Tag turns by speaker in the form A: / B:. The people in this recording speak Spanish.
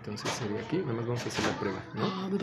A: Entonces sería aquí, nada más vamos a hacer la prueba, ¿no?